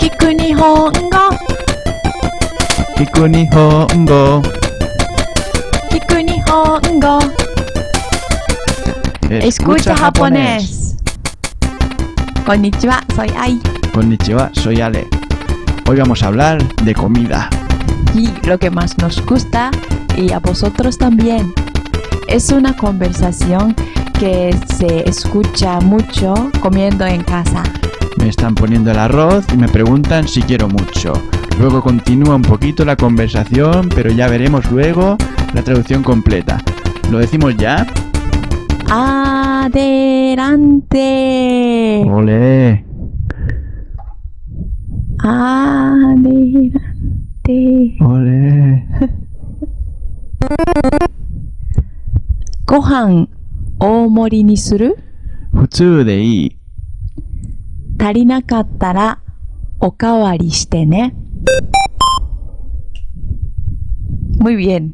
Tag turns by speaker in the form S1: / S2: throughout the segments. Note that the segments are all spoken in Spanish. S1: 聞く日本語
S2: 聞く日本語
S1: 聞く日本語
S2: Eh,
S1: Escucha japonés こんにちは、soy Ai
S2: Konnichiwa, soy Ale. Hoy vamos a hablar de comida.
S1: y lo que más nos gusta y a vosotros también. Es una conversación que se escucha mucho comiendo en casa.
S2: Me están poniendo el arroz y me preguntan si quiero mucho. Luego continúa un poquito la conversación, pero ya veremos luego la traducción completa. ¿Lo decimos ya?
S1: Adelante.
S2: ¡Ole!
S1: Adelante.
S2: ¡Ole!
S1: Gohan, o mori ni suru?
S2: Futsu de i.
S1: 足りなかったらおかわりしてね。Muy bien.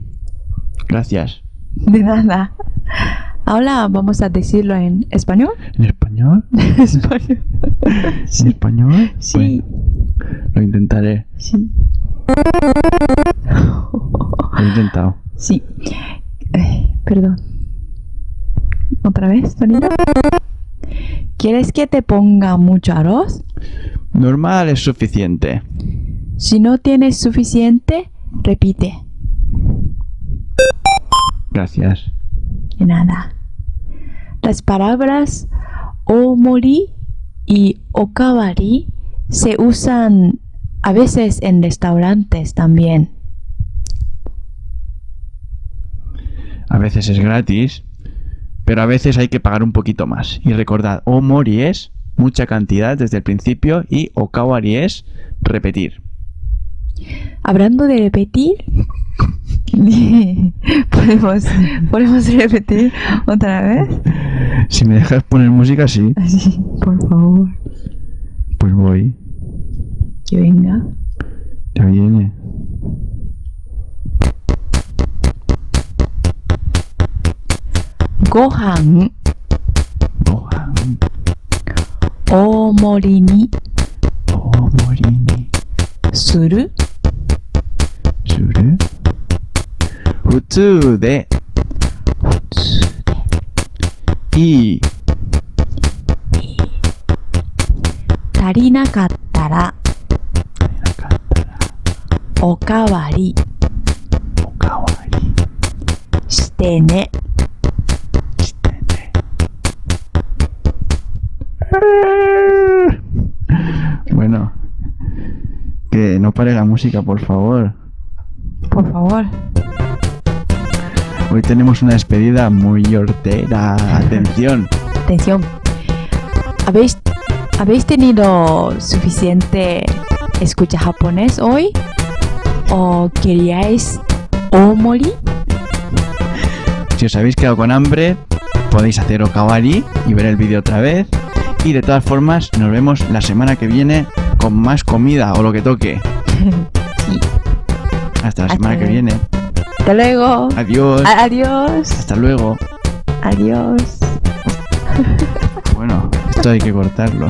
S2: Gracias.
S1: De nada. Ahora vamos a decirlo en español.
S2: ¿En español?
S1: español.
S2: ¿En español?
S1: Sí,
S2: Bueno, lo intentaré.
S1: sí.
S2: Lo he intentado.
S1: Sí. Eh, perdón. ¿Otra vez, Tonita? ¿Quieres que te ponga mucho arroz?
S2: Normal es suficiente.
S1: Si no tienes suficiente, repite.
S2: Gracias.
S1: De nada. Las palabras omori y okawari se usan a veces en restaurantes también.
S2: A veces es gratis, pero a veces hay que pagar un poquito más. Y recordad, omori es mucha cantidad desde el principio y okawari es repetir.
S1: Hablando de repetir, podemos, podemos repetir otra vez.
S2: Si me dejas poner música, sí,
S1: Así, por favor,
S2: pues voy.
S1: que venga.
S2: Ya viene.
S1: Gohan
S2: Gohan,
S1: omori ni
S2: omori ni
S1: suru
S2: suru. Futsu de i.
S1: 足りなかったらおかわり
S2: Okawari
S1: してね。
S2: してね。Bueno, que no pare la música, por favor.
S1: Por favor.
S2: Hoy tenemos una despedida muy hortera. Atención.
S1: Atención. ¿Habéis, ¿Habéis tenido suficiente escucha japonés hoy? ¿O queríais omori?
S2: Si os habéis quedado con hambre, podéis hacer Okawari y ver el vídeo otra vez. Y de todas formas, nos vemos la semana que viene con más comida o lo que toque.
S1: Sí.
S2: Hasta la
S1: Hasta
S2: semana que
S1: luego. Ah.
S2: viene.
S1: Hasta luego.
S2: Adiós.
S1: A- Adiós.
S2: Hasta luego.
S1: Adiós.
S2: Bueno, esto hay que cortarlo.